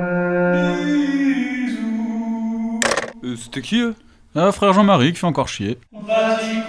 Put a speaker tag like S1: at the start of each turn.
S1: Euh, c'était qui eux Ah, frère Jean-Marie qui fait encore chier.
S2: Vas-y,